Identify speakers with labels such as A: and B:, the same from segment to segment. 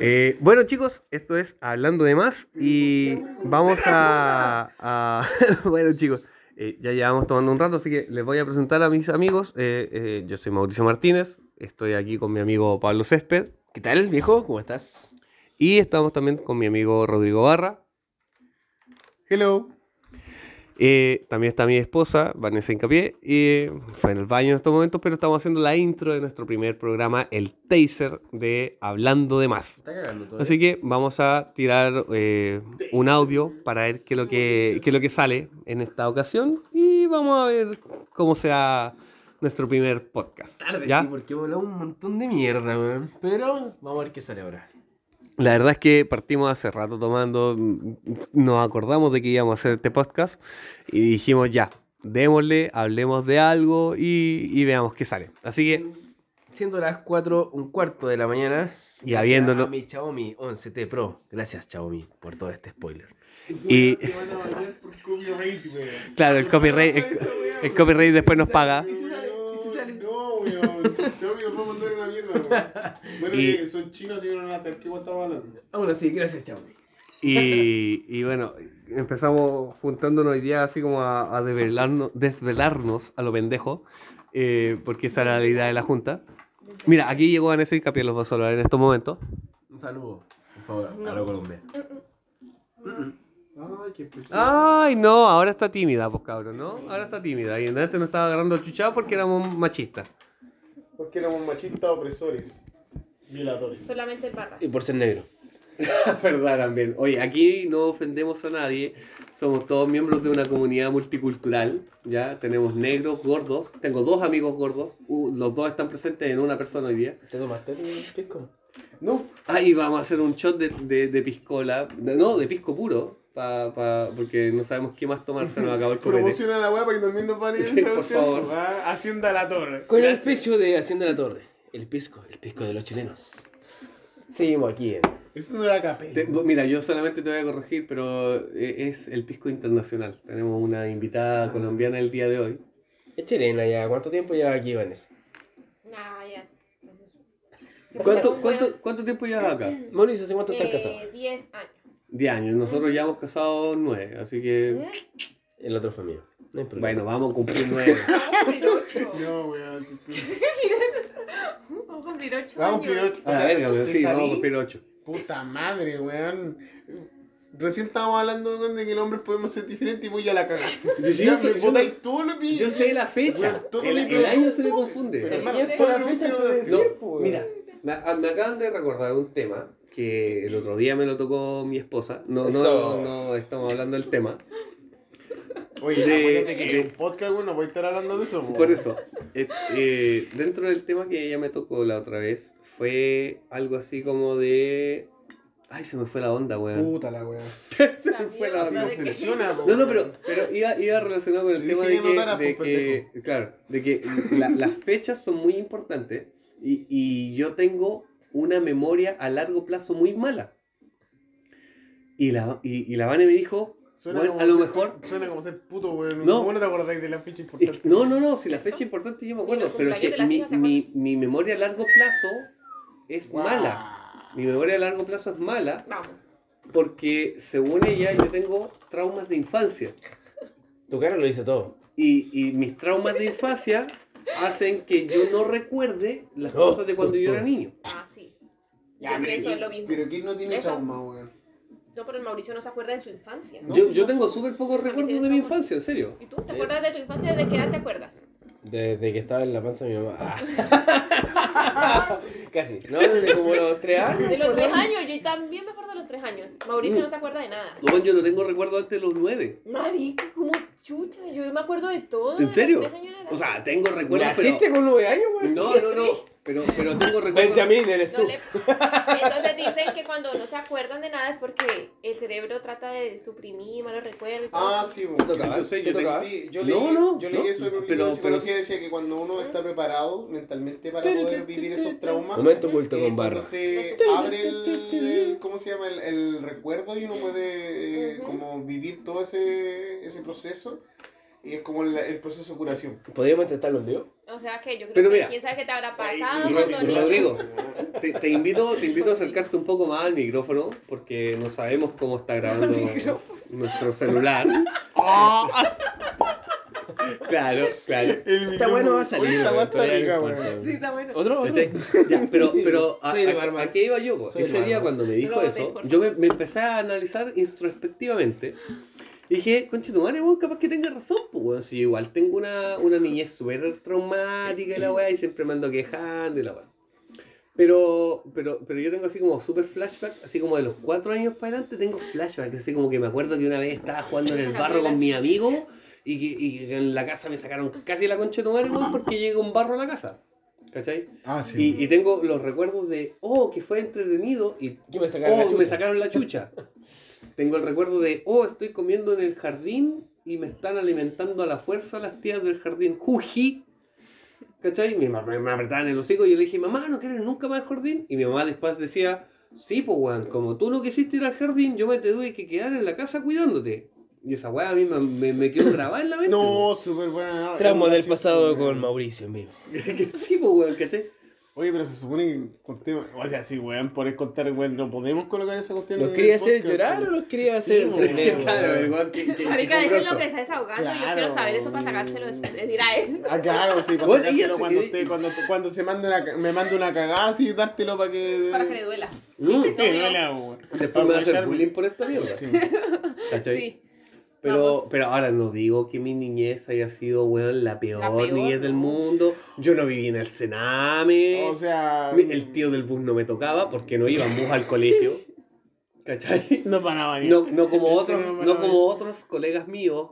A: Eh, bueno chicos, esto es Hablando de Más y vamos a... a- bueno chicos, eh, ya llevamos tomando un rato, así que les voy a presentar a mis amigos. Eh, eh, yo soy Mauricio Martínez, estoy aquí con mi amigo Pablo Césped
B: ¿Qué tal, viejo? ¿Cómo estás?
A: y estamos también con mi amigo Rodrigo Barra.
C: Hello.
A: Eh, también está mi esposa, Vanessa Incapié, y fue en el baño en estos momentos, pero estamos haciendo la intro de nuestro primer programa, el taser de Hablando de Más.
B: Está cagando todo.
A: Así que vamos a tirar eh, un audio para ver qué es, lo que, qué es lo que sale en esta ocasión y vamos a ver cómo será nuestro primer podcast.
B: tarde,
A: ¿ya?
B: sí, porque hemos hablado un montón de mierda, weón. Pero vamos a ver qué sale ahora.
A: La verdad es que partimos hace rato tomando, mm, nos acordamos de que íbamos a hacer este podcast y dijimos ya, démosle, hablemos de algo y, y veamos qué sale. Así que
B: Siendo las 4, un cuarto de la mañana.
A: Y
B: gracias
A: habiéndolo-
B: a mi Xiaomi 11T Pro. Gracias, Xiaomi, por todo este spoiler.
A: Y- Claro, el copyright- el copyright después nos paga.
B: ¿Y si sale? ¿Y si sale?
C: No, weón. Xiaomi nos va a mandar una mierda, weón. Bueno,
A: Y-
C: que son chinos y no van a saber qué weón estamos hablando.
B: Ahora sí, gracias, Xiaomi.
A: Y, y bueno, empezamos juntándonos hoy día así como a, a develarnos- desvelarnos a lo pendejo, eh, porque esa era la idea de la junta. Mea, aquí llegó Vanessa y Capiel, los va a saludar en estos momentos.
B: Un saludo, por favor,
D: No.
B: a la Colombia.
C: Ay, pues qué especial.
A: Ay, no, ahora está tímida, pues cabrón, ¿no? Ahora está tímida. Y antes no estaba agarrando chuchado porque éramos machistas.
C: Porque éramos machistas opresores. Violadores.
D: Solamente
A: Eh,
D: barra.
B: Y por ser negro.
A: Es verdad también. Oye, aquí no ofendemos a nadie. Somos todos miembros de una comunidad multicultural. Ya tenemos negros, gordos. Tengo dos amigos gordos. u- los dos están presentes en una persona hoy día.
B: ¿Te tomaste el pisco?
C: No.
A: Ahí vamos a hacer un shot de, de, de piscola. de- no, de pisco puro. pa- pa- porque no sabemos qué más tomar. Se nos acabó el copete.
C: Promociona la weá para que también nos van a ir
A: Sí, por favor.
C: Ah, Hacienda La Torre.
B: Con el precio de Hacienda la Torre. El pisco, el pisco de los chilenos. Seguimos aquí en
C: Esto no era
A: Te-
C: capel.
A: bo- mira, yo solamente te voy a corregir, pero eh, es el pisco internacional. Tenemos una invitada colombiana el día de hoy.
B: Es chilena ya, ¿cuánto tiempo lleva aquí, Vanessa?
D: Nah, ya.
A: ¿Cuánto, cuánto, cuánto tiempo llevas acá?
B: Mauricio, ¿hace cuánto estás casado?
D: Eh, 10 años.
A: 10 años. Nosotros ya hemos casado 9, así que...
D: ¿Eh?
B: El otro fue mío. No hay problema.
A: Bueno, vamos a cumplir 9.
D: Vamos a cumplir 8.
C: No, weón. si tú-
D: Vamos a cumplir 8
C: Vamos a cumplir
D: años.
C: ocho.
A: A la verga, pero
C: te
A: sí,
C: salí.
A: vamos a cumplir 8.
C: Puta madre, weón. Recién estábamos hablando weón, de que los hombres podemos ser diferentes y vos ya la cagaste.
A: Yo- yo
C: ya
A: sé-
C: me
A: yo
C: botáis
A: no-
C: todo lo que-
A: Yo sé la fecha.
C: Bueno, todo
A: el,
C: mi
A: el año se me
C: producto,
A: confunde.
C: pero
B: Pero
C: hermano,
B: mira,
C: fue
B: esa
C: la
B: fecha
C: fecha
B: te
C: de-
B: decía.
A: No,
B: Sí, pues.
A: mira, me, a- me acaban de recordar un tema que el otro día me lo tocó mi esposa. No, no,
B: Eso.
A: no, estamos hablando del tema.
C: Oye,
A: De-
C: acuérdate que
A: de-
C: en un podcast, weón, no voy a estar hablando de eso, weón.
A: Por eso, eh, eh, dentro del tema que ella me tocó la otra vez, fue algo así como de... Ay, se me fue la onda, weón.
C: Puta la weón.
A: Se me fue la
C: Así
A: onda.
C: no
D: de que-
C: funciona, po,
A: No, no,
C: weón.
A: pero, pero iba, iba relacionado con el
C: Le
A: tema de
C: dije
A: que,
C: que anotara,
A: de
C: po,
A: que- claro, de que la- las fechas son muy importantes y, y yo tengo una memoria a largo plazo muy mala. Y la, y, y la Vane me dijo,
C: Suena
A: Bueno,
C: como
A: a lo
C: ser-
A: mejor-
C: Suena como ser puto, weón.
A: No.
C: ¿Cómo no te acordáis de la fecha
A: es
C: importante?
A: que- no, no, no, si la fecha es importante yo me acuerdo,
D: los
A: pero es que
D: cumpleaños de las
A: mi,
D: hijas
A: mi,
D: se
A: mi memoria a largo plazo es
C: Guau.
A: mala. Mi memoria a largo plazo es mala
D: Vamos.
A: porque según ella yo tengo traumas de infancia.
B: Tu cara lo dice todo.
A: Y, y mis traumas de infancia hacen que yo no recuerde las
B: No.
A: cosas de cuando yo era niño.
D: Ah, sí.
C: Ya,
D: Yo
C: pero
D: pienso
C: ¿quién-
D: lo mismo.
C: Pero ¿quién no tiene
D: Eso-
C: trauma, weón?
D: No, pero el Mauricio no se acuerda de su infancia.
C: No.
A: Yo, yo tengo Eh. súper pocos recuerdos de mi infancia, en serio.
D: ¿Y tú? ¿Te acuerdas de tu infancia? ¿De qué edad te acuerdas?
B: Desde que estaba en la panza de mi mamá. Ah. Casi. No, desde como los tres años.
D: De los 3 años. Yo también me acuerdo de los 3 años.
A: Mm.
D: Mauricio no se acuerda de nada.
A: No, yo no tengo recuerdos antes de los nueve.
D: Marica, como chucha. Yo me acuerdo de todo.
A: ¿En
D: de los
A: serio?
D: tres años de edad.
A: O sea, tengo recuerdos, pero...
B: ¿Naciste con nueve años, güey?
A: No, no, no. Pero, pero tengo recuerdos...
B: Benjamín, eres
D: No
B: tú.
D: le- Entonces dicen que cuando no se acuerdan de nada es porque el cerebro trata de suprimir malos recuerdos y todo.
C: Ah,
D: eso.
C: sí, weón.
A: Yo sé, yo
B: ¿Te tocaba?
A: tengo-
C: Sí, yo
A: No,
C: leí,
A: no,
C: yo leí
A: no,
C: eso en
A: pero-
C: un libro de
A: pero-
C: psicología decía que cuando
B: ¿Eh?
C: uno está preparado mentalmente para poder vivir esos traumas,
B: Momento culto
C: eh,
B: con
C: cuando
B: barro.
C: se abre el, el- ¿cómo se llama? El, el recuerdo y uno puede eh,
D: Ujú.
C: como vivir todo ese, ese proceso y es como la- el proceso de curación.
B: Podríamos intentarlo en vivo.
D: O sea que yo creo
A: Pero
D: que
A: mira.
D: quién sabe qué te habrá pasado
A: Ay,
D: cuando
A: Rodrigo.
D: niño.
A: Rodrigo. Te, te invito, te invito a acercarte un poco más al micrófono porque no sabemos cómo está grabando nuestro celular.
C: Ah,
A: Claro, claro.
B: Está bueno, va a salir.
C: Esta
B: weón,
C: weá está
B: todavía
C: rica,
B: no
C: weón.
B: importa,
D: Sí,
B: weón.
D: está bueno.
B: ¿Otro? otro?
A: ¿Cachai? Ya, pero,
B: Sí,
A: pero a,
B: soy el
A: a-
B: barman.
A: ¿a qué iba yo? po?
B: Soy el
A: Ese día
B: barman.
A: cuando me dijo
D: No lo
A: eso,
D: botes, por
A: yo me, me empecé a analizar introspectivamente. Y dije, conche tu madre, weón, capaz que tenga razón, pues, weón. Si igual tengo una, una niñez súper traumática y la weá, y siempre me ando quejando y la weá. Pero, pero, pero yo tengo así como súper flashback, así como de los cuatro años para adelante tengo flashback, así como que me acuerdo que una vez estaba jugando en el barro con mi amigo y que, y que en la casa me sacaron casi la concha de tu madre, weón, porque llegó un barro a la casa. ¿Cachai?
E: Ah,
A: Y, y tengo los recuerdos de, oh, que fue entretenido y,
B: ¿Qué me sacaron la
A: oh,
B: chucha?
A: me sacaron la chucha. tengo el recuerdo de, oh, estoy comiendo en el jardín y me están alimentando a la fuerza las tías del jardín. Juji. ¿Cachai? Me, me, me apretaban el hocico y yo le dije, mamá, ¿no quieres nunca más al jardín? Y mi mamá después decía, sí, pues, weón, como tú no quisiste ir al jardín, yo me tuve que quedar en la casa cuidándote. Y esa weá a mí me, me, me quedó grabada en la mente.
C: No, súper buena.
B: Trauma del
C: relación,
B: pasado
C: weón.
B: con Mauricio en vivo.
A: que sí, pues, weón, ¿cachai?
C: Oye, pero se supone que contemos. O sea, sí, weón, poder contar, weón, no podemos colocar esa cuestión.
B: ¿Los
C: en
B: quería
C: el
B: hacer
C: Mm, podcast,
B: llorar o
C: weón.
B: los quería
C: Sí,
B: hacer
C: weón.
B: entretener? weón?
A: Claro, el weón que- que-
D: Marica,
A: que
D: déjenlo
A: combroso.
D: que está desahogando. Yo
C: Claro.
D: quiero saber eso para sacárselo después. Decir a él.
C: Ah, claro, sí, para
A: Bueno, y
C: sacárselo
A: ese-
C: cuando, usted, cuando, cuando se manda una, ca- me manda una cagada, sí, dártelo para que.
D: Para que le duela.
A: Mm.
C: Que duela, weón.
A: Después
C: Para
A: me va a hacer
C: aprovecharme.
A: bullying por esta mierda.
C: Sí.
A: ¿cachai?
D: Sí.
A: pero,
D: vamos.
A: pero ahora no digo que mi niñez haya sido, weón, la peor,
D: La peor,
A: niñez del
D: no.
A: mundo. Yo no viví en el cename.
C: O sea.
A: el tío del bus no me tocaba porque no íbamos al colegio. ¿Cachai?
C: No van a venir.
A: No, no como
C: Eso
A: otros,
C: no me lo
A: no como otros colegas míos,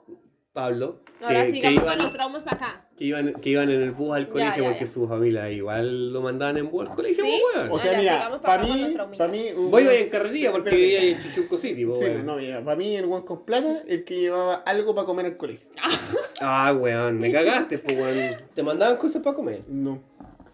A: Pablo,
D: Ahora
A: que, que
D: sigamos con
A: iban,
D: los traumas para acá.
A: que, iban, que iban en el bus al
D: Ya,
A: colegio
D: ya,
A: porque
D: ya.
A: su familia igual lo mandaban en bus al colegio, pues,
D: ¿Sí?
A: weón.
C: O
D: Ah,
C: sea,
D: ya,
C: mira,
D: sigamos
C: para
D: para
C: mí.
D: nuestro
C: Para mí. un
A: Voy
C: weón-
A: en carretilla porque
C: Espérate.
A: vivía en Chuchuco City, po,
C: Sí,
A: weón.
C: no, mira, para mí el weón con plata, el que llevaba algo para comer al colegio.
A: Ah, weón, me cagaste, pues, weón.
B: ¿Te mandaban cosas para comer?
C: No.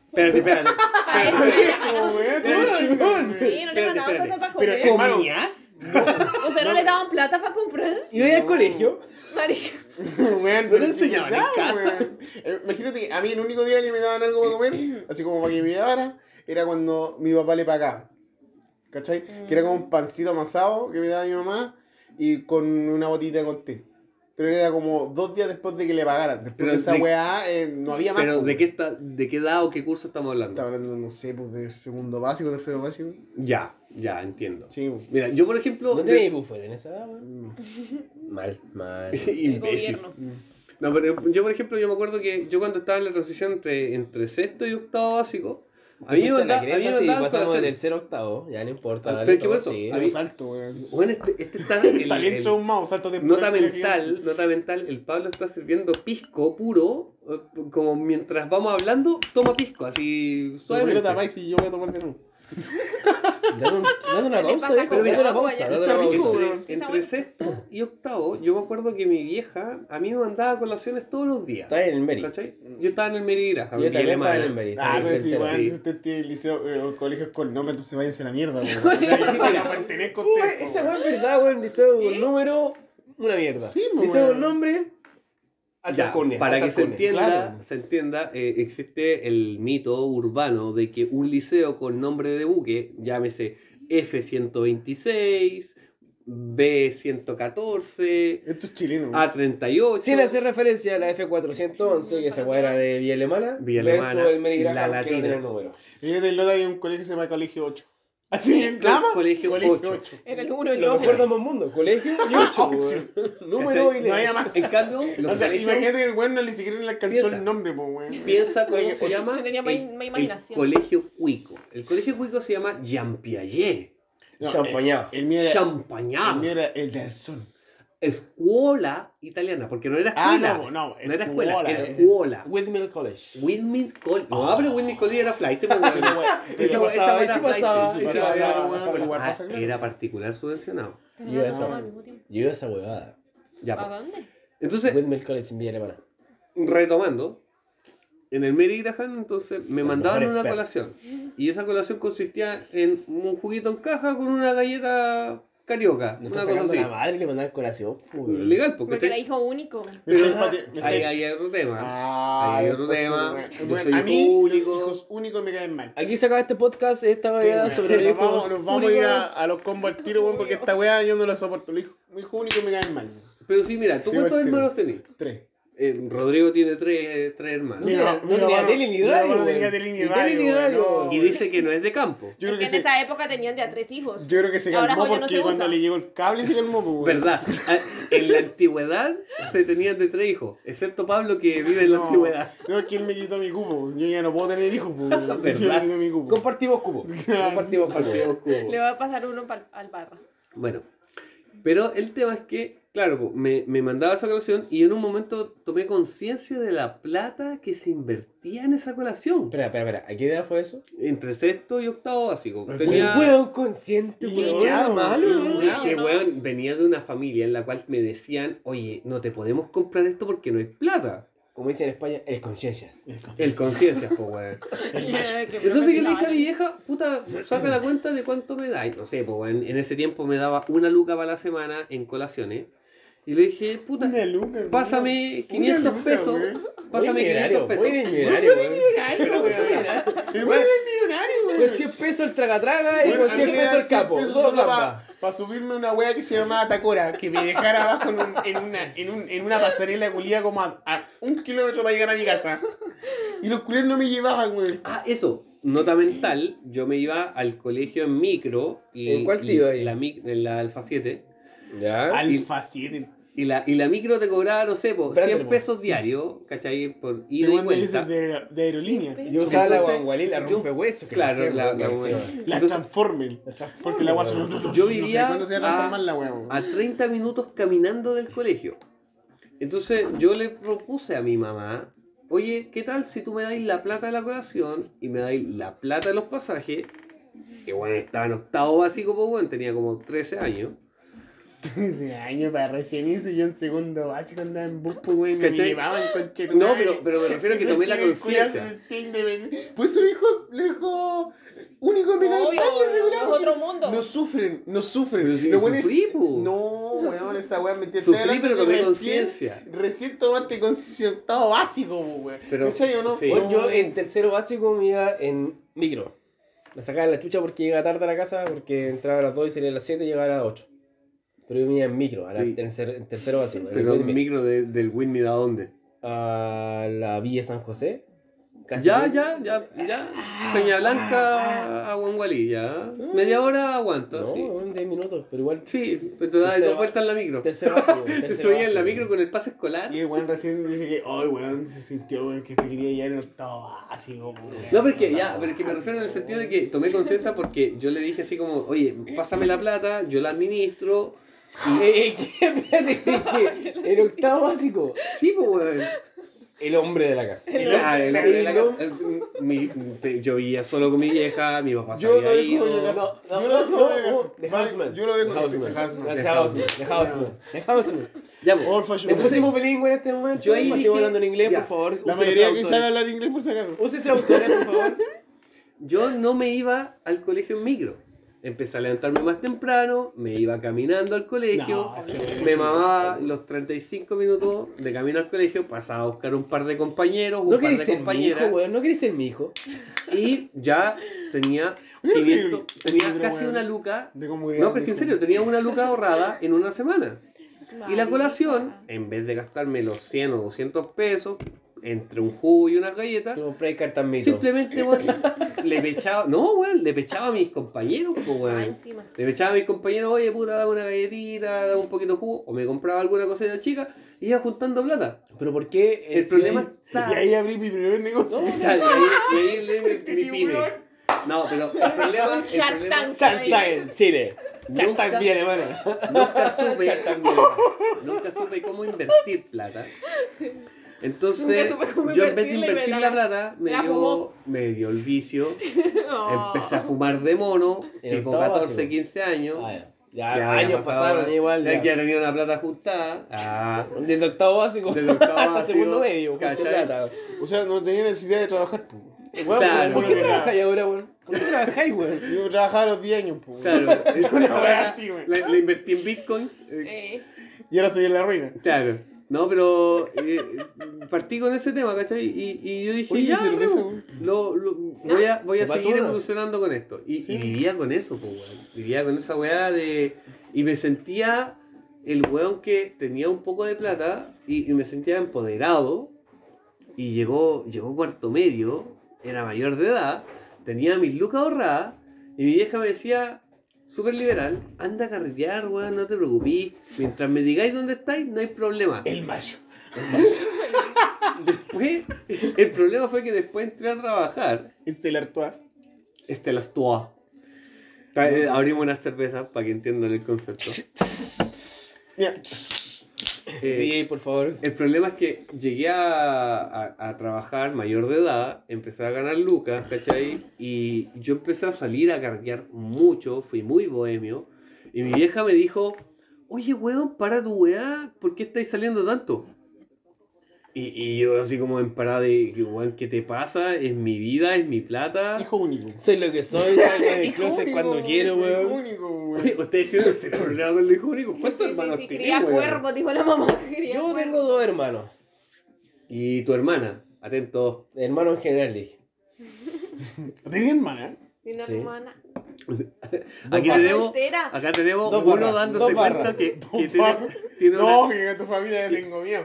A: Espérate, espérate.
D: Ah,
C: Eso, weón.
A: Weón, weón.
D: Sí, no
A: Espérate,
D: le mandaban
A: espérate.
D: cosas para
C: Pero
D: comer.
C: ¿cómo?
A: ¿Comías?
D: ¿Ustedes no le daban plata para comprar?
B: ¿Y iba al
C: No.
B: colegio?
D: Marica.
C: Weón,
A: No te
C: pero
A: enseñaban
C: sí,
A: en
C: ya,
A: casa.
C: weón. Eh, Imagínate, a mí el único día que me daban algo para comer, así como para que me llevara, era cuando mi papá le pagaba. ¿Cachai? Que era como
A: Mm.
C: un pancito amasado que me daba mi mamá y con una botita con té. Pero era como dos días después de que le pagaran. Después
A: Pero
C: de esa
A: de-
C: weá eh, no había más.
A: Pero,
C: po.
A: ¿de qué, está, ¿de qué edad o qué curso estamos
C: Estaba
A: hablando?
C: hablando, no sé, pues de segundo básico, tercero básico.
A: Ya, ya, entiendo.
C: Sí, pues.
A: Mira, yo, por ejemplo...
B: ¿No tenías buffer en esa edad, weón?
C: Mm,
B: Mal, mal.
D: El
A: Imbécil.
D: gobierno.
C: mm.
A: No, pero yo, por ejemplo, yo me acuerdo que yo cuando estaba en la transición entre, entre sexto y octavo básico, a mí me
B: Puta, la
A: mandaba... A mí
B: creta,
A: me
B: si
A: mandaban
B: pasamos de
A: colación.
B: tercer a octavo, ya no importa.
A: Ah,
B: dale
A: pero ¿qué
B: todo,
A: pasó?
B: sí.
A: A
C: Era
A: mí-
C: un salto, weón.
A: Bueno, este, este está... el-
C: Está
A: el-
C: bien traumado, salto de
A: Nota mental, nota mental, el Pablo está sirviendo pisco puro, eh, como mientras vamos hablando, toma pisco, así
C: Suave.
A: suavemente.
C: tapáis y yo voy a tomar de nuevo.
B: Dale un- dale una
D: ¿Qué le
B: pausa,
D: pasa
B: viejo,
D: con
B: dale
D: el
B: una
D: agua
B: pausa,
D: ya?
B: dale una
D: Está
B: pausa.
D: rico.
A: entre,
D: weón.
A: entre sexto y octavo, yo me acuerdo que mi vieja a mí me mandaba colaciones todos los días.
B: Está en el Meri. Yo
A: ¿Cachai? Yo estaba en el Merira,
B: también estaba en el Meri. estaba
C: Ah,
B: en el
C: pero si,
B: tercero.
C: weón,
A: sí.
C: si usted tiene el liceo eh, o colegio con nombre, entonces váyanse a la mierda, weón. O sea, yo
A: Mira.
C: no pertenezco a
B: Uy,
C: ustedes, po,
B: esa
C: weón.
B: weón es verdad, weón. Liceo
D: ¿Sí?
B: un número, una mierda.
C: Sí, mo,
B: Liceo
C: weón.
B: un nombre,
A: pues, Ya,
B: Altarcone,
A: para que se
B: Altarcone.
A: entienda,
C: claro.
A: se entienda eh, existe el mito urbano de que un liceo con nombre de buque, llámese F-126, B-114,
C: Esto es chileno. weón.
A: Ah. A-38,
B: Sin hacer referencia a la F411, que esa weá era de Vía Alemana,
A: Villa Alemana,
B: versus el Meri
A: la
B: Graham, que no
A: latina.
B: tiene el número.
C: Y en Lota había un colegio que se llama Colegio 8. ¿Así en
A: Co-
C: Clama?
A: Colegio 8.
D: Era el uno y
B: Lo
D: los
B: mejor del mundo, colegio y ocho, weón. Número
A: ¿Cachai?
B: y
C: No había
B: letra.
C: más.
A: En cambio, los
C: O sea,
A: colegios-
C: imagínate que el weón no ni siquiera le alcanzó
A: Piensa.
C: el nombre, po, weón.
A: Piensa cómo
C: Colegio
A: se
C: Cuico.
A: llama
D: Tenía
A: el,
D: ma- ma-
A: el
D: imaginación.
A: colegio cuico. El colegio cuico se llama Jean Piaget,
C: No,
B: Champañá.
C: El mío era el, mío
A: Champagnat,
C: era el del sol.
A: escuela italiana, porque no era
C: Ah,
A: escuela,
C: no, no.
A: no era escuela,
C: escuela,
A: era
C: eh.
A: escuela.
B: Whitmill College.
A: Winmin College. No,
C: Ah.
A: pero Winmin College era flight. pues, weón.
C: Pero, weón,
B: Y se
A: Pero
B: pasaba, y
A: esa
B: se
A: buena
B: pasaba,
A: flight,
B: y
A: y
B: se
A: se
C: pasaba,
B: pasaba.
C: weón.
A: Pero,
C: igual
A: ah,
C: pasa, claro.
A: era particular subvencionado.
B: Yo
D: Pero no,
B: esa-
D: no, ningún tiempo.
B: Yo esa huevada.
A: Ya,
D: ¿A
A: pues.
D: dónde?
A: Entonces,
B: Whitmill College en Villa Alemana.
A: retomando, en el Mary Graham, entonces me
B: Las
A: mandaban
B: mejores
A: una
B: perlas.
A: colación. Y esa colación consistía en un juguito en caja con una galleta carioca.
B: No
A: una
B: está
A: cosa
B: sacando
A: así.
B: la madre le mandan colación. po, weón.
A: Pues, Legal, porque,
D: Porque era hijo único.
A: Pero
C: Mira, Pati- me
A: ahí
C: está-
A: ahí hay otro tema.
C: Ah,
A: Ahí hay otro
C: entonces,
A: tema.
C: bueno,
A: Yo
C: bueno,
A: soy
C: a
A: hijo
C: mí
A: único.
C: los hijos únicos me caen mal.
B: Aquí se acaba este podcast, esta
C: Sí,
B: variedad
C: weón.
B: sobre
C: nos
B: hijos
C: vamos, nos vamos a ir a,
B: únicos.
C: a los combos al tiro, weón, porque esta weá yo no la soporto. Los hijos- Los hijos únicos me caen mal.
A: Pero sí, mira, ¿tú cuántos
C: Divertido.
A: hermanos tenés?
C: Tres.
A: Eh, Rodrigo tiene tres, tres hermanos.
B: Mira,
C: Mira,
B: no
C: mira,
B: tenía
C: mano,
B: tele ni
C: mira,
B: radio,
C: mano,
B: weón.
C: tenía tele ni
B: Ni
C: radio,
B: tele ni
C: weón,
B: radio.
C: no,
A: Y dice que no es de campo.
C: Yo creo que
D: es que en
C: se,
D: esa época tenían de a tres hijos.
C: yo creo que se
D: Ahora
C: calmó
D: joya no
C: porque
D: se
C: cuando
D: usa.
C: le llegó el cable se calmó, pues, weón.
A: ¿Verdad? Ah, En la antigüedad se tenían de tres hijos, excepto Pablo que vive en la
C: No,
A: antigüedad.
C: No, es que él me quitó mi cupo. Yo ya no puedo tener hijos, pues. weón. Yo me
A: ¿Verdad?
C: quitó mi cupo.
B: Compartimos cubo. Compartimos cubo.
D: Le voy a pasar uno pa'l- al barra.
A: Bueno, pero el tema es que, claro, po, me, me mandaba esa colación y en un momento tomé conciencia de la plata que se invertía en esa colación.
B: Espera, espera, espera. ¿A qué edad fue eso?
A: Entre sexto y octavo básico.
C: Pero
A: Tenía...
B: Un hueón consciente,
C: Y
B: weón.
C: guiñado,
B: malo,
C: weón.
B: weón.
D: Guiñado.
A: Que
D: ¿no?
A: weón, venía de una familia en la cual me decían, oye, no te podemos comprar esto porque no hay plata.
B: Como dicen en España, el conciencia.
A: El conciencia, po, weón. Entonces
D: Entonces
A: yo le dije a mi vieja, puta, saca la cuenta de cuánto me da. Y no sé, po, weón, en ese tiempo me daba una luca para la semana en colaciones. Y le dije, puta,
C: Una luca, weón.
A: pásame
C: Una
A: 500
C: luca,
A: pesos.
C: weón.
A: Pásame 500 pesos.
B: Muy millonario, weón.
D: millonario,
C: El
B: Weón,
C: weón es millonario, weón.
B: Con 100 pesos el tragatraga y
C: Bueno,
B: con
C: a
B: 100
C: mí me
B: pesos
C: daban
B: pues, el
C: 100
B: capo.
C: pesos
B: Dos
C: solo
B: gambas.
C: para subirme una wea que se llamaba Tacora, que me dejara abajo en, un- en una, en, un- en una pasarela culía como a, a un kilómetro para llegar a mi casa. Y los culés no me llevaban, güey.
A: Ah, eso. Nota mental, yo me iba al colegio en micro. Y,
B: ¿En cuál te
A: y
B: iba ahí?
A: la, mic- en la Alfa 7.
C: Ah,
B: Ya.
C: Alfa 7.
A: Y la, y la micro te cobraba, no sé, po,
B: Espérate,
A: 100
B: po.
A: pesos diarios, ¿cachai? Por
C: Y
A: ida y
C: de,
A: vuelta.
C: de, de aerolínea.
B: Yo usaba la
A: Entonces,
B: guangualí, la
A: yo-
B: rompe hueso.
A: Claro, la, la-
C: La
A: Entonces,
C: transformen. Porque la wea
B: weón.
C: sonó.
A: Yo
C: No sé
A: vivía
C: cuándo se va a transformar la wea, weón.
A: a 30 minutos caminando del colegio. Entonces yo le propuse a mi mamá, oye, ¿qué tal si tú me dais la plata de la colación y me dais la plata de los pasajes? Que bueno, estaba en octavo básico, pues bueno, tenía como 13 años.
C: 15 años para recién irse yo en segundo básico andaba en bus, pues, güey, me
A: ¿Cachai?
C: llevaban con
A: No, pero, pero me refiero a que tomé la
C: Recién el culiao se
A: conciencia.
C: sentía independiente. Por eso lo dijo, lo dijo único menor
D: Obvio,
C: tan regular,
D: es
C: porque
D: otro mundo.
C: No sufren, no sufren.
A: Pero si
C: Lo
A: yo
C: bueno es-
A: sufrí, po.
C: No, weón, esa weá me entiendes.
A: Sufrí, pero tomé
C: recién,
A: conciencia.
C: recién tomaste conciencia en octavo básico, po, weón.
A: Pero-
C: ¿Cachai o no?
A: sí.
B: Bueno, yo en tercero básico me iba en micro. Me sacaban la chucha porque llegaba tarde a la casa, porque entraba a las 2 y salía a las 7 y llegaba a las 8. Pero yo me iba en micro, a la-
A: Sí.
B: en, cer- en tercero básico. en
A: Pero
B: el
A: el
B: Whitney.
A: micro de- del Whitney, ¿de a dónde?
B: A la Villa San José. Casi
A: Ya,
B: Whitney.
A: ya, ya, ya. Peña Blanca a Huangualí, ya. Media hora aguanta,
B: No,
A: sí.
B: en 10 minutos, pero igual.
A: Sí, pero te das
B: Tercero
A: dos vueltas en la micro.
B: Tercero básico.
A: Te
B: tercero
A: subías en la
B: básico.
A: micro con el pase escolar.
C: Y el weón recién dice que, ay, weón, se sintió, weón, que se quería llevar en octavo básico, po, weón.
A: No, pero es que ya, pero es que me refiero en el sentido de que tomé conciencia porque yo le dije así como, oye, pásame la plata, yo la administro.
B: Eh, eh, ¿qué? Espérate, ¿qué? El octavo básico.
A: Sí, pues, weón.
B: El hombre de la casa.
A: Y
D: El
A: claro, el hombre de la
B: hombre.
A: casa- mi- mi- Yo vivía solo con mi vieja, mi papá
C: Yo lo
A: sabía
C: dejo en
A: ido.
C: la casa.
B: No, no,
C: Yo lo dejo en
B: no,
C: la casa.
B: The
C: Vale,
B: Houseman.
C: Yo lo dejo en
B: The
C: la casa.
B: Houseman.
C: Houseman.
B: The Houseman, The Houseman, The Houseman.
A: Ya, pues.
C: All fashion.
B: Nos
A: Entonces,
B: pusimos bilingüe en este momento.
A: yo ahí
B: Estamos
A: dije-
B: hablando en inglés,
A: ya.
B: por favor.
C: La
B: usen
C: mayoría que
B: traductores.
C: sabe hablar inglés por si acaso.
B: Usen traductores, por favor.
A: yo no me iba al colegio en micro. Empecé a levantarme más temprano, me iba caminando al colegio,
C: No, este
A: me
C: weón.
A: mamaba los 35 minutos de camino al colegio, pasaba a buscar un par de compañeros, un
B: No
A: par
B: querés
A: de
B: ser mi hijo,
A: compañeras,
B: weón. No querés ser mi hijo.
A: y ya tenía,
C: Mira,
A: 500
C: qué-
A: tenía
C: qué
A: casi
C: weón.
A: una luca.
C: De cómo
A: No, pero es que en serio, tenía una luca ahorrada en una semana. Y la colación, en vez de gastarme los 100 o 200 pesos entre un jugo y una galleta,
B: Tu breaker también.
A: Simplemente, weón, le pechaba. No, weón, le pechaba a mis compañeros, po,
D: Ah,
A: weón.
D: encima.
A: Le pechaba a mis compañeros, oye, puta, dame una galletita, dame un poquito de jugo, o me compraba alguna cosita chica, y iba juntando plata.
B: Pero ¿por qué? eh,
A: El
B: si hay-
A: problema
C: Y
A: está.
C: ahí abrí mi primer negocio.
A: Y ahí- y ahí le- mi- mi pyme.
C: tiburón.
A: No, pero el problema. el
D: Shark
A: problema-
D: Tank.
B: Shark Tank en Chile. Shark
A: Nunca-
B: Tank bien, hermano.
A: Nunca supe, nunca supe cómo invertir plata.
D: Nunca
A: Entonces,
D: supe cómo
A: yo en vez de
D: invertirla y me
A: invertir
D: la-
A: la plata, me
D: la
A: dio,
D: fumó.
A: me dio el vicio.
D: No.
A: Empecé a fumar de mono,
B: En
A: tipo
B: octavo
A: 14,
B: básico.
A: 15 años.
B: Ah, ya. Ya,
A: Ya había
B: años
A: pasado,
B: pasaron, igual.
A: Ya
B: ya.
A: que ya tenía una plata ajustada. Ah,
B: Desde octavo básico
A: Desde octavo
B: hasta
A: básico,
B: segundo medio,
A: ¿cachai?
B: ¿cachai? Plata.
C: O sea, no tenía necesidad de trabajar. po.
B: Bueno,
A: Claro,
B: ¿Por qué
C: bueno.
B: trabajas ahí ahora, weón? ¿Por qué trabajáis, weón?
C: Yo trabajaba a los 10 años, pues.
A: Claro, es
C: Una
A: una
C: wea
A: wea-
C: así, güey.
A: la, la invertí en bitcoins. eh,
D: Eh,
C: Y ahora estoy en la ruina.
A: Claro. No, pero eh, partí con ese tema, ¿cachai? Y, y yo dije,
C: Oye,
A: ya,
C: cerveza,
A: weón,
C: güey.
A: lo, lo- voy a, voy a
B: ¿Te pasó
A: seguir
B: una?
A: evolucionando con esto. Y,
C: Sí.
A: y vivía con eso, pues, weón. Vivía con esa weá de... Y me sentía el weón que tenía un poco de plata y, y me sentía empoderado. Y llegó, llegó cuarto medio, era mayor de edad, tenía mis lucas ahorradas y mi vieja me decía, súper liberal, anda a carretear, weón, no te preocupes. Mientras me digáis dónde estáis, no hay problema.
C: El mayo.
A: Después, el problema fue que después entré a trabajar.
C: Estelar Artois.
A: Este, las toa. Ta- eh, Abrimos unas cervezas para que entiendan el concepto.
C: Mira,
A: Eh,
B: Sí, por favor.
A: el problema es que llegué a, a- a trabajar mayor de edad, empecé a ganar lucas, ¿cachai? Y yo empecé a salir a cargar mucho, fui muy bohemio. Y mi vieja me dijo, oye, weón, para tu weá, ¿por qué estáis saliendo tanto? Y, y yo así como en parada de, weón, ¿qué te pasa? Es mi vida, es mi plata.
C: hijo único.
B: Soy lo que soy, salgo del
C: Hijo
B: closet
C: único,
B: cuando quiero,
C: hijo
B: weón.
C: único,
A: Oye,
C: güey.
A: Ustedes tienen ese problema con el hijo único. ¿Cuántos
D: sí,
A: hermanos
D: sí, sí,
A: tienen?
D: Cría
A: weón?
D: cuervos, dijo la mamá. cría
B: Yo tengo
D: cuervos.
B: dos hermanos.
A: Y tu hermana, atento.
B: Hermanos en general, dije.
C: ¿Tenía hermana?
D: Y una
B: Sí.
D: hermana.
A: Aquí
D: Está
A: tenemos,
D: soltera.
A: acá tenemos
B: Dos
A: uno
B: barras,
A: dándose
B: dos
A: cuenta
B: barras,
A: que,
C: dos
A: que tiene,
C: barras.
A: tiene
C: No,
A: una,
C: que a tu familia le tengo miedo.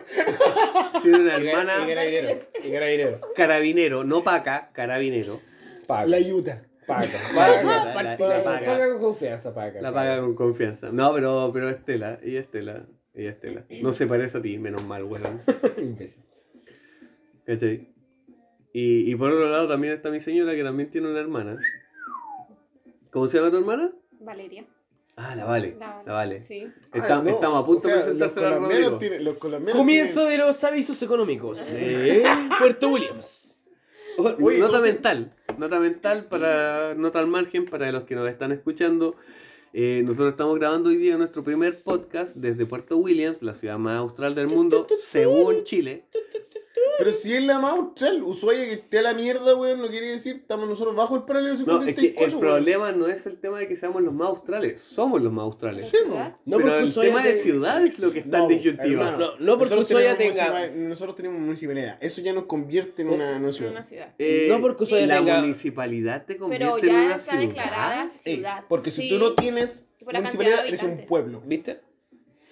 A: tiene una
B: Y ca- Y
A: hermana
B: carabinero. Y carabinero.
A: carabinero, no paca, carabinero.
B: Paga.
C: La Utah.
B: Paga.
A: Paga,
B: Paga.
A: la- la-
B: Paga.
A: la paga.
B: Paga con confianza, paga.
A: La paga con confianza. No, pero, pero Estela, ella Estela, ella Estela. No se parece a ti, menos mal, weón.
B: Imbécil.
A: ¿Cachai? Y, y por otro lado también está mi señora que también tiene una hermana. ¿Cómo se llama tu hermana?
D: Valeria.
A: Ah, la vale.
D: La
A: La vale.
D: Sí.
A: Está-
C: Ah, no,
A: Estamos a punto
C: o sea,
A: de presentarse
C: los
A: a Rodrigo.
C: colombianos tienen- Los colombianos
B: Comienzo de los avisos económicos. en Puerto Williams.
A: Ojo,
C: Oye,
A: nota
C: entonces-
A: mental, nota mental para nota al margen para los que nos están escuchando. Eh, nosotros estamos grabando hoy día nuestro primer podcast desde Puerto Williams, la ciudad más austral del mundo, según Chile.
C: tienen- Pero si es la más austral, Ushuaia que esté a la mierda, weón, no quiere decir estamos nosotros bajo el paralelo
A: No, es que
C: 54,
A: el problema no es el tema de que seamos los más australes, somos los más australes.
C: Sí,
B: No
A: pero
B: porque
A: el
B: Ushuaia
A: tema de
B: te-
A: ciudad es lo que está en
C: No,
A: disyuntiva.
C: hermano.
B: No, no porque
C: nosotros,
B: Ushuaia
C: tenemos
B: tenga.
C: municipal- nosotros tenemos municipalidad. Eso ya nos convierte en
B: Eh,
C: una, en una
D: En
C: ciudad.
D: una ciudad.
A: Eh,
B: No porque Ushuaia
A: la
B: tenga-
A: municipalidad te
D: Pero
A: convierte en
D: ya
A: una
D: está declarada
A: ciudad.
C: Ey,
D: ciudad.
C: porque si
D: Sí.
C: tú no tienes
D: Por la cantidad de
C: municipalidad, eres un
D: habitantes.
C: pueblo.
B: ¿Viste?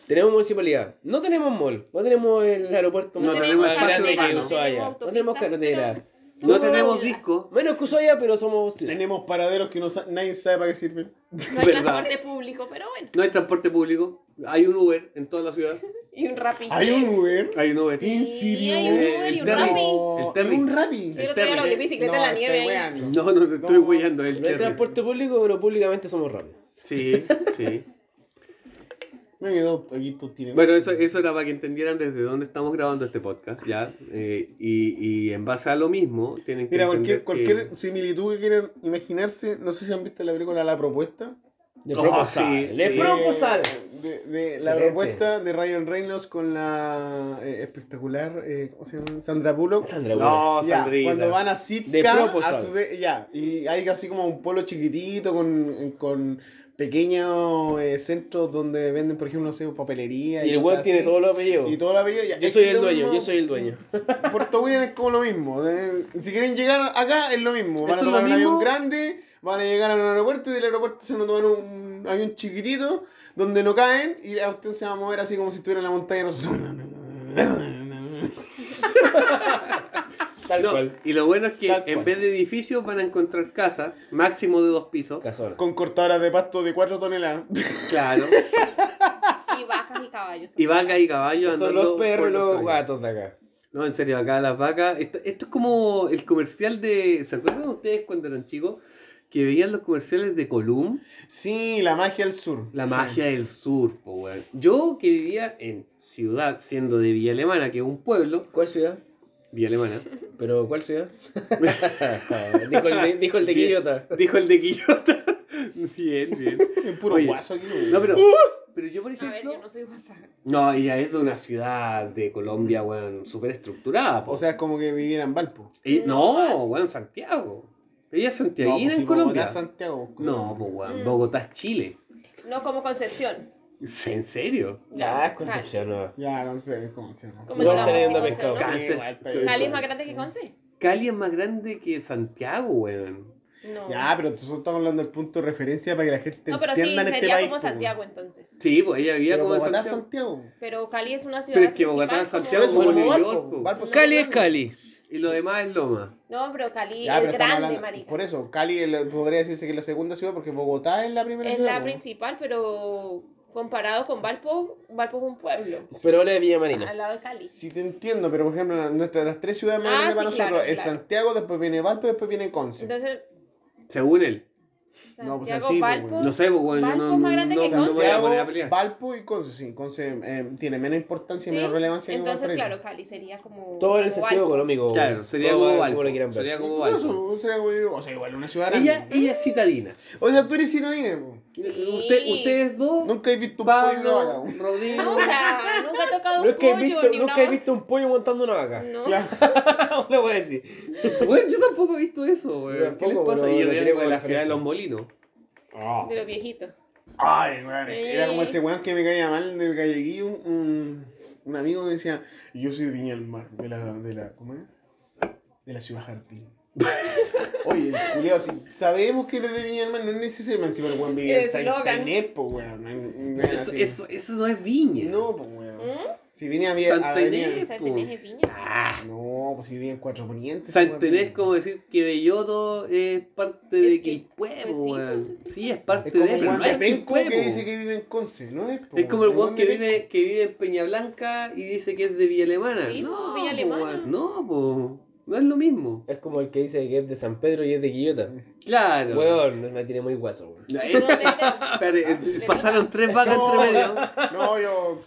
B: Tenemos municipalidad. No tenemos mall. No tenemos el aeropuerto
A: No
B: más
A: tenemos
B: más
A: espacio
B: grande que
A: urbano.
B: Ushuaia.
D: No
B: No
D: tenemos
B: tenemos
D: autopistas,
B: carretera.
A: No
B: Somos-
A: tenemos disco,
B: Menos que Ushuaia, pero somos ciudad.
C: Tenemos paraderos que no sa- nadie sabe para qué sirven.
D: No hay
A: ¿verdad?
D: transporte público, pero bueno.
A: no hay transporte público, hay un Uber en toda la ciudad,
D: Y un rapidito.
C: Hay un Uber.
A: hay un Uber.
C: ¿En
D: Sí,
C: serio?
D: hay un Uber y
A: El
D: un
A: Terry.
D: Rappi.
C: No,
A: El Terry.
C: ¿y un Rappi.
D: Yo el otro día
A: Terry.
D: lo vi en bicicleta en la
C: No,
D: nieve.
C: estoy
D: ahí.
C: weando.
A: No, no te estoy
C: No,
A: huyendo el
B: No hay
A: Terry.
B: transporte público, pero públicamente somos rápidos.
A: Sí, sí.
C: Me quedo poquito tirando.
A: Bueno, eso, eso era para que entendieran desde dónde estamos grabando este podcast, ¿ya? Eh, y, y en base a lo mismo, tienen que
C: Mira,
A: entender
C: cualquier,
A: que-
C: cualquier similitud que quieran imaginarse, no sé si han visto la película La Propuesta.
B: De
A: Oh, sí,
B: proposal. De
A: sí.
C: De-
B: proposal.
C: De, de la
B: Excelente.
C: propuesta de Ryan Reynolds con la eh, espectacular, eh, ¿cómo se llama? Sandra Bullock.
B: Sandra Bullock.
A: No,
C: Ya,
A: Sandrita.
C: cuando van a
B: De
C: Sitka,
B: Proposal.
C: a su de- ya, y hay así como un pueblo chiquitito con, con pequeños eh, centros donde venden, por ejemplo, no sé, papelería.
B: Y el
C: cosas
B: weón tiene
C: así.
B: todos los apellidos.
C: Y todo el apellido, ya,
B: Yo
C: es
B: soy
C: que
B: el
C: lo
B: dueño,
C: mismo-
B: yo soy el dueño.
C: Puerto William es como lo mismo. eh, Si quieren llegar acá, es lo mismo. Van a
A: Esto es lo
C: tomar un avión
A: mismo.
C: grande, van a llegar a un aeropuerto y del aeropuerto se van a tomar un avión chiquitito donde no caen y a usted se va a mover así como si estuviera en la montaña. Nosotros-
B: Tal
A: No,
B: cual.
A: y lo bueno es que
C: Tal
A: en
C: cual.
A: vez de edificios van a encontrar casas, máximo de dos pisos.
B: Casona.
C: Con cortadoras de pasto de 4 toneladas.
A: Claro.
D: Y vacas y caballos.
A: Y vacas y caballos
B: Son
A: andando
B: los perros
A: por
B: y los
A: calles.
B: gatos de acá.
A: No, en serio, acá las vacas. Esto, esto es como el comercial de. ¿Se acuerdan ustedes cuando eran chicos? Que veían los comerciales de Column.
C: Sí, la magia del sur.
A: La
C: Sí.
A: magia del sur, po, weón. Yo que vivía en ciudad, siendo de Villa Alemana, que es un pueblo,
B: ¿Cuál ciudad?
A: Villa Alemana,
B: ¿Pero cuál ciudad? dijo el de, dijo el de
A: Bien.
B: Quillota.
A: dijo el de Quillota. bien, bien.
C: Es puro
A: Oye,
C: guaso aquí.
A: No, pero, pero yo, por
D: A ver, yo
A: ejemplo.
D: no soy WhatsApp.
A: No, ella es de una ciudad de Colombia, weón, súper estructurada, po.
C: O sea, es como que viviera en Valpo.
A: Y-
D: no,
A: Eh, no, weón, Santiago. Ella es
C: No,
A: santiaguina
C: pues,
A: en
C: si
A: Colombia.
C: Bogotá, Santiago.
A: No, pues
D: Mm.
A: weón, Bogotá es Chile.
D: No como Concepción.
A: ¿En serio?
B: Ah, es Concepción Nueva.
C: Ya, no sé cómo se llama.
D: Como
B: Igual
D: la-
B: está
D: teniendo
B: leyendo
D: como
B: pescado.
D: se llama.
A: Kansas.
C: igual, está
D: Cali.
C: bien.
D: Cali es más grande que Conce.
A: Cali es más grande que Santiago, weón.
D: No.
C: Ya, pero tú solo estás hablando del punto de referencia para que la gente
D: no, pero sí,
C: entienda
D: sería
C: en este país.
D: como
C: po, weón.
D: Santiago entonces.
A: Sí, pues ella vivía
C: Pero
A: como en
C: Bogotá,
A: Santiago.
C: Santiago.
D: Pero Cali es una ciudad.
A: Pero es que Bogotá es
D: principal,
A: Santiago
C: Por eso,
A: como
C: como
A: New
C: Valpo,
A: York. po.
C: Valpo.
E: Cali es Cali.
A: Y lo demás es Loma.
D: No, pero Cali
C: Ya, pero
D: es
C: estamos
D: grande,
C: hablando-
D: marica.
C: Por eso, Cali es la- podría decirse que es la segunda ciudad porque Bogotá es la primera
D: Es
C: ciudad.
D: la
C: po.
D: principal, pero comparado con Valpo, Valpo es un pueblo.
B: Pero ahora es Villa
D: Al
B: Marina.
D: lado de Cali.
C: Sí te entiendo, pero por ejemplo, la- nuestra- las tres ciudades más
D: Ah,
C: grandes
D: sí,
C: para nosotros
D: claro,
C: es
D: claro.
C: Santiago, después viene Valpo y después viene Conce.
D: Entonces,
A: Según él.
C: No, pues
D: Santiago,
C: así, pues,
D: Valpo.
C: weón.
A: No sé, pues weón, yo
D: Valpo
A: no,
D: es
A: no,
D: más grande que
A: no me voy a poner a
C: Santiago,
A: pelear.
C: Valpo y Conce, sí, Conce eh, tiene menos importancia y
D: Sí,
C: menos relevancia que
D: Entonces,
C: Valparaíso.
D: claro, Cali sería como.
B: Todo en el
D: como
B: sentido
D: Valpo.
B: económico.
A: Claro, sería
B: Todo
A: como
B: como
A: Valpo.
B: lo quieran ver.
A: Sería como
C: Por
A: Valpo.
C: eso, sería como- o sea, igual una ciudad grande.
A: Ella, ella es citadina.
C: O sea, tú eres citadina, po.
D: Sí.
A: Usted- ustedes dos,
C: Nunca he visto un pollo y una vaca,
A: Pablo,
C: po.
A: Rodrigo.
D: Nunca, nunca he tocado un
B: Nunca he
D: pollo
B: visto,
D: ni
B: nunca he
D: una-
B: visto un pollo montando una vaca.
D: No.
C: Claro.
B: Una voy a decir.
A: Weón, yo tampoco he visto eso,
B: Yo
A: weón. ¿Qué
B: tampoco,
A: les pasa?
B: pero
A: Y yo
B: lo
A: vengo
B: tenemos
A: de la
B: referencia.
A: ciudad de los molinos. Ah.
D: De los viejitos.
C: Ay, weón, era
D: Sí.
C: como ese weón que me caía mal del galleguillo, un, un amigo que decía, yo soy de Viña del Mar, de la, de la, ¿cómo es? De la ciudad jardín. Oye, el culiao, si sabemos que eres de Viña del Mar, no es necesario, más encima el weón vivía en
D: Es Logan.
C: Santané, po, weón. no- no era
A: Eso,
C: así.
A: eso, eso no es viña.
C: No, po, weón.
D: ¿Mm?
C: Si viene a Vía, a
A: Santané.
C: Avenida-
D: Santinés de Viña.
A: Ah,
C: No, pues si viene en Cuatro Ponientes.
A: Santenés
C: weón.
A: es como decir que Belloto es parte
D: Es
A: de
D: que-
A: Quilpué,
D: pues sí,
A: weón.
D: pues
A: Sí, es parte
C: Es como
A: de
C: el
A: eso.
C: weón
A: no
C: de
A: es
C: Penco
A: Quilpué,
C: que
A: po.
C: dice que vive en Conce, ¿no es? po,
A: Es como el weón
C: weón
A: que
C: de
A: vive, que vive en Peña Blanca y dice que es de Villa Alemana.
D: Sí, pues,
A: no,
D: Villa
A: po,
D: Alemana.
A: weón, no, po. no es lo mismo.
B: Es como el que dice que es de San Pedro y es de Quillota.
A: Claro.
B: Weón, me tiene muy guaso, weón.
A: La- E,
D: No, de verdad.
A: Espérate, eh, pasaron tres vacas
C: No.
A: entre medio.
C: No, yo.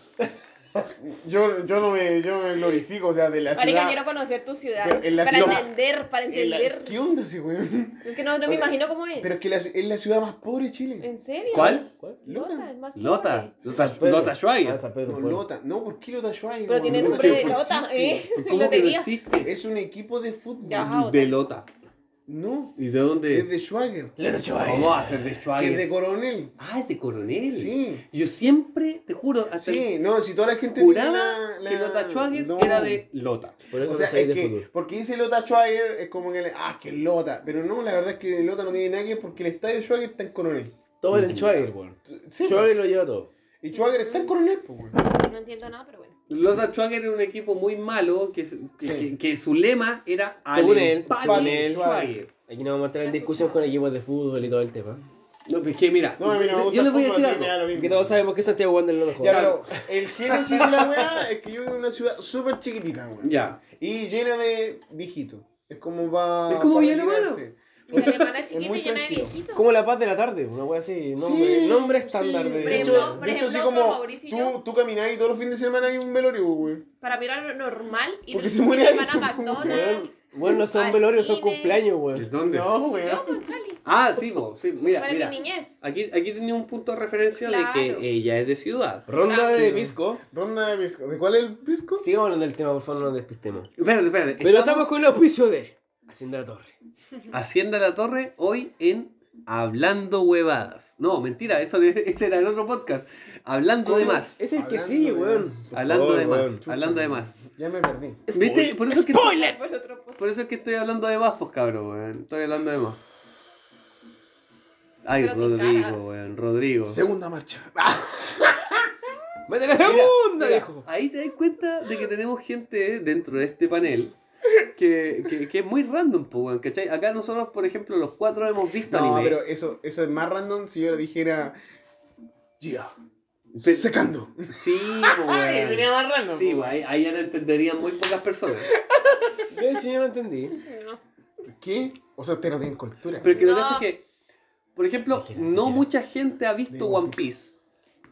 C: Yo, yo, no me, yo no me glorifico, o sea, de la
D: Marica,
C: ciudad.
D: quiero conocer tu ciudad.
C: Pero en la
D: para
C: ciudad-
D: entender, para
C: en la-
D: entender.
C: ¿Qué onda ese weón?
D: Es que no, no me
C: Oye,
D: imagino cómo es.
C: Pero es que la, es la ciudad más pobre de Chile.
D: ¿En serio?
A: ¿Cuál?
B: ¿Cuál?
D: Lota,
C: Lota.
D: es más
A: Lota.
D: pobre.
A: O sea,
B: Pedro.
A: Lota Schweiger.
B: Ah, San Pedro,
C: No,
B: weón.
C: Lota. No, ¿por qué Lota Schweiger?
D: Pero
C: weón?
D: tiene
C: Lota
D: nombre de
C: Schweiger no
D: Lota, ¿eh?
C: existe.
A: ¿Cómo que no
D: Lotería.
A: existe?
C: Es un equipo de fútbol.
D: Ya. Ajá,
A: De
D: otra
A: Lota.
C: No,
A: ¿Y de dónde?
C: es de Schwager.
A: ¿Cómo va a ser de
C: Que es de
A: Schweiger?
C: coronel.
A: Ah, es de coronel.
C: Sí.
A: Yo siempre, te juro, hasta
C: Sí, no, si toda la gente.
A: juraba
C: tiene la-
A: que
C: la-
A: Lota Schwager
C: No.
A: era de Lota.
B: Por eso
C: O sea,
B: no soy
C: es
B: de
C: que,
B: fútbol.
C: porque dice Lota Schwager, es como que le, ah, que es Lota. Pero no, la verdad es que Lota no tiene nada que ver porque el estadio Schwager está en Coronel.
B: Todo en el Schwager, weón.
C: Sí,
B: Schwager lo lleva todo.
C: Y Schwager está en Coronel, pues, weón.
D: No entiendo nada, pero bueno.
A: Lota Schwager era un equipo muy malo que, que,
C: Sí.
A: que- que su lema era
B: Según
A: "Ale,
B: él,
A: pa'le,
B: según él.
A: Schwager.
B: Aquí no vamos a entrar en discusión con equipos de fútbol y todo el tema.
A: No, pues que mira,
C: No, a mí no me gusta
A: yo les
C: el
A: voy a
C: fútbol,
A: decir
C: así que me da
A: algo.
C: lo mismo.
B: Que todos sabemos que Santiago Wander es lo mejor.
C: Ya, pero el génesis de la weá es que yo vivo en una ciudad súper chiquitita, weón.
A: Ya,
C: Y llena de viejitos. Es como va.
A: Es como
C: para
A: Villa Alemana.
C: retirarse.
D: Mira, la hermana es chiquita
C: muy
D: y llena de
C: tranquilo.
D: viejitos.
B: Como la paz de la tarde, una wea así. Nombre,
C: Sí,
B: nombre
C: sí.
B: estándar de.
D: Por
C: De hecho,
D: ejemplo, por
C: de hecho así
D: ejemplo,
C: como
D: Mauricio y yo.
C: tú, tú caminás y todos los fines de semana hay un velorio, weón.
D: Para mí era lo normal y
C: Porque
D: de
C: se muere
D: mi hermana
C: alguien.
B: Weón,
D: McDonald's.
B: weón, no son
D: al
B: velorios, son
D: cine.
B: cumpleaños,
A: ¿de
B: weón.
A: dónde?
C: No,
D: Yo,
C: weón.
D: pues Cali.
A: Ah, sí, po, sí, mira,
D: Para
A: mira.
D: mi niñez.
A: Aquí, aquí tenía un punto de referencia
D: Claro.
A: de que ella es de ciudad.
B: Ronda de
C: Tranquilo.
B: pisco.
C: Ronda de pisco. ¿De cuál es el pisco?
B: Sigamos hablando del tema, por favor, no nos despistemos.
A: Espérate, espérate.
B: Pero estamos con el auspicio de Hacienda la Torre.
A: Hacienda La Torre hoy en Hablando Huevadas. No, mentira, eso ese era el otro podcast. Hablando de más.
B: Es el que
C: Hablando
B: sí,
C: de
B: weón.
C: más.
B: Por
A: Hablando
B: favor,
A: de más.
B: weón.
A: hablando de más.
C: Ya me perdí.
A: ¿Viste? Por eso, es que,
D: Fue el otro pues. podcast.
A: por eso es que estoy hablando de más, pues cabrón, weón. Estoy hablando de más. Ay,
D: Pero sin caras.
A: Rodrigo, weón. Rodrigo.
C: Segunda marcha.
B: ¡Métele
A: Mira,
B: segunda,
A: mira,
B: viejo!
A: Ahí te das cuenta de que tenemos gente dentro de este panel. Que, que- que es muy random, pues, weón, ¿cachai? Acá nosotros, por ejemplo, los cuatro hemos visto
C: Ah, No,
A: anime.
C: pero eso, eso es más random si yo le dijera. Yeah.
A: Pe-
C: Secando.
A: Sí, pues, weón.
C: más random.
D: pues,
A: Sí, güey, ahí, ahí ya lo entenderían muy pocas personas.
B: Yo eso yo no entendí.
D: No.
C: ¿Qué? O sea, usted no tiene cultura.
A: Pero que lo que
D: No.
A: pasa es que, por ejemplo,
B: Mentira,
A: no
B: mentira.
A: mucha gente ha visto
C: De
A: One Piece.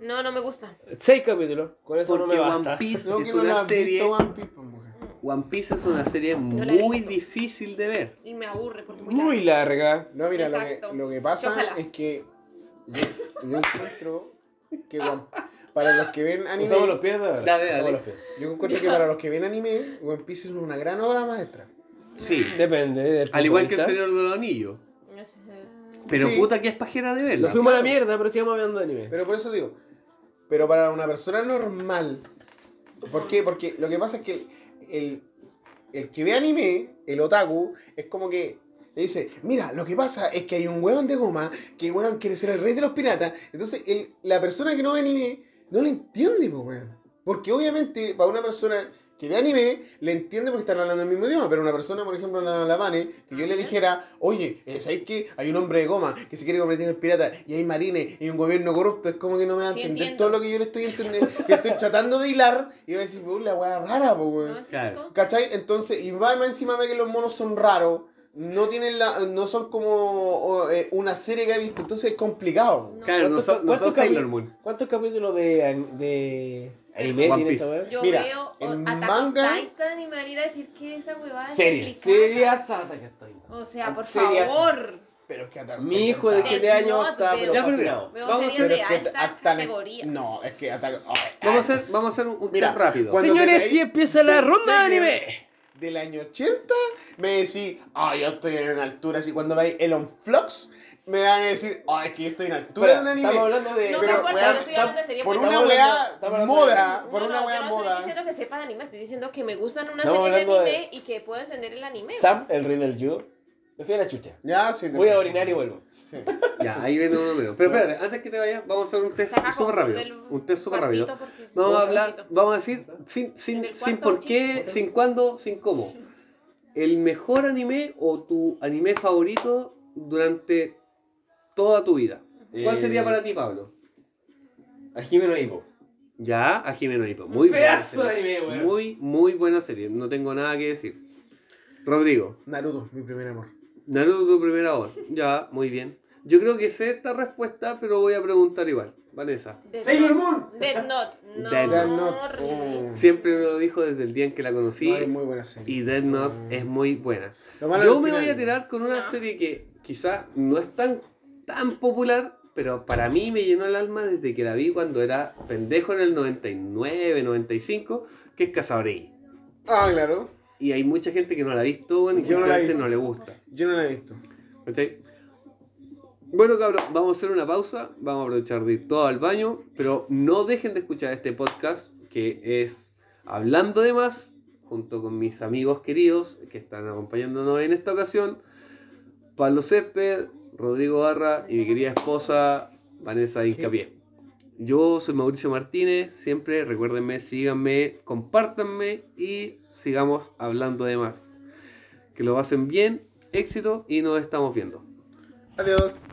D: no, no me gusta.
B: Seis capítulos, con eso no
A: Porque
B: me
A: One
B: basta.
A: Piece
C: No,
A: es
C: que no la
A: una
C: has visto
A: serie.
C: One Piece, pues, mujer.
A: One Piece es una serie
D: No la he
A: muy
D: visto.
A: difícil de ver.
D: Y me aburre porque es
B: Muy larga.
C: No, mira, lo que,
D: Exacto.
C: lo que pasa
D: Ojalá.
C: es que yo, yo encuentro que One- para los que ven anime,
B: Usamos los pies, dale.
A: Dale,
B: usamos
A: dale.
B: los pies.
C: yo encuentro que para los que ven anime, One Piece es una gran obra maestra.
A: Sí.
B: Depende. del punto
A: Al igual
B: de
A: que el
B: vista.
A: Señor de los Anillos. Pero
C: Sí.
A: puta que es pajera de verla.
B: Nos fuimos a la
C: claro.
B: mierda, pero sigamos hablando de anime.
C: Pero por eso digo, pero para una persona normal, ¿por qué? Porque lo que pasa es que el, el, el que ve anime, el otaku, es como que le dice, mira, lo que pasa es que hay un weón de goma que weón quiere ser el rey de los piratas. Entonces el- la persona que no ve anime no lo entiende, pues weón. Porque obviamente para una persona que ve anime, le entiende porque están hablando el mismo idioma, pero una persona, por ejemplo, la, la Vane, que yo le dijera, oye, eh, ¿sabéis qué? Hay un hombre de goma que se quiere convertir en pirata y hay marines y un gobierno corrupto, es como que no me va a
D: Sí,
C: entender
D: entiendo.
C: todo lo que yo le estoy entendiendo, que estoy tratando de hilar y va a decir, "Uy, la weá rara, pues weón.
A: Claro.
C: ¿Cachai? Entonces, y va más encima ve que los monos son raros, no tienen la, no son como o, eh, una serie que he visto, entonces es complicado. po.
A: Claro, no
B: ¿Cuántos-
A: son, no son
B: cuántos
A: Sailor
B: capi-
A: Moon.
B: ¿Cuántos capítulos de, an- de anime
A: One
B: tiene
A: Piece.
B: esa weá?
D: Yo
C: Mira,
D: veo o-
C: en
D: Attack
C: manga-
D: on Titan y me van a ir a decir que esa huevada es
B: Serie,
D: complicada.
B: serie asada que estoy.
D: O sea, por
B: Serias.
D: favor.
C: Pero es que Attack
B: Mi hijo de
D: Del
B: 7 años
D: North,
B: está
D: pero-
B: pero
A: Ya, pero
B: fascinado.
D: Veo
A: Vamos a
D: series
A: hacer-
C: pero
D: de
C: es que
D: alta
C: Attack-
D: categoría.
C: No, es que Attack- ay,
A: Vamos a
C: ay.
A: hacer, vamos a hacer un, un
C: Mira,
A: test rápido.
C: cuando-
B: Señores,
C: te
B: sí
C: caí
B: empieza la
C: del
B: ronda de
C: serio.
B: anime.
C: del año 80 me decís, ah, yo estoy en altura. Así cuando veis Elon Flux, me van a decir, ah, es que yo estoy en altura de un
B: Espera,
C: anime.
B: Estamos hablando de.
D: No
C: Pero,
D: me acuerdo,
C: weón,
D: yo estoy hablando de series
C: Por
D: muy
C: una
B: Estamos hablando-
C: weá
B: estamos hablando
C: moda,
B: de-
C: por
D: No,
C: una
D: no,
C: weá
D: yo no
C: moda.
D: estoy diciendo que sepa de anime, estoy diciendo que me gustan una
B: Estamos
D: serie de
B: hablando
D: anime
B: de-
D: y que puedo entender el anime.
B: Sam, el rey del judo. Me fui a la chucha.
C: Ya, sí, te-
B: Voy a orinar y vuelvo.
C: Sí.
A: Ya, ahí viene uno menos. Pero espérate, antes que te vayas, vamos a hacer un test
D: Saca con
A: súper
D: del-
A: rápido. Un test súper rápido.
D: Cortito, porque-
A: Vamos a
D: cortito.
A: hablar, vamos a decir, sin,
D: En
A: sin,
D: el
A: sin
D: cuarto,
A: por qué, sin cuándo, sin cómo. El mejor anime o tu anime favorito durante toda tu vida. ¿Cuál
B: Eh,
A: sería para ti, Pablo?
B: A Jimeno Ivo.
A: Ya, a Jimeno Hipo. Muy buena
B: Pedazo de
A: serie.
B: anime, weón.
A: Muy, muy buena serie. No tengo nada que decir. Rodrigo,
C: Naruto, mi primer amor.
A: Naruto tu primera hora. Ya, muy bien. Yo creo que sé esta respuesta, pero voy a preguntar igual. Vanessa.
D: Death
B: Sailor
D: Note.
B: Moon.
D: Death Note. No,
A: Death
C: Death Note,
D: horrible.
C: oh.
A: Siempre me lo dijo desde el día en que la conocí.
C: No, es muy buena serie.
A: y Dead Note es muy buena.
C: Lo malo
A: Yo
C: del
A: me
C: final.
A: voy a tirar con una
D: No.
A: serie que quizás no es tan, tan popular, pero para mí me llenó el alma desde que la vi cuando era pendejo en el 99, 95, que es Cazadorei.
C: Ah, claro.
A: Y hay mucha gente que no la ha visto bueno, y
C: Yo no la he
A: simplemente
C: visto.
A: no le gusta.
C: Yo no la he visto.
A: ¿cachai? Bueno, cabrón, vamos a hacer una pausa, vamos a aprovechar de ir todo al baño, pero no dejen de escuchar este podcast que es Hablando de Más, junto con mis amigos queridos que están acompañándonos en esta ocasión, Pablo Césped, Rodrigo Barra y mi querida esposa Vanessa Incapié. Yo soy Mauricio Martínez, siempre recuérdenme, síganme, compártanme y sigamos hablando de más. Que lo pasen bien, éxito y nos estamos viendo.
C: Adiós.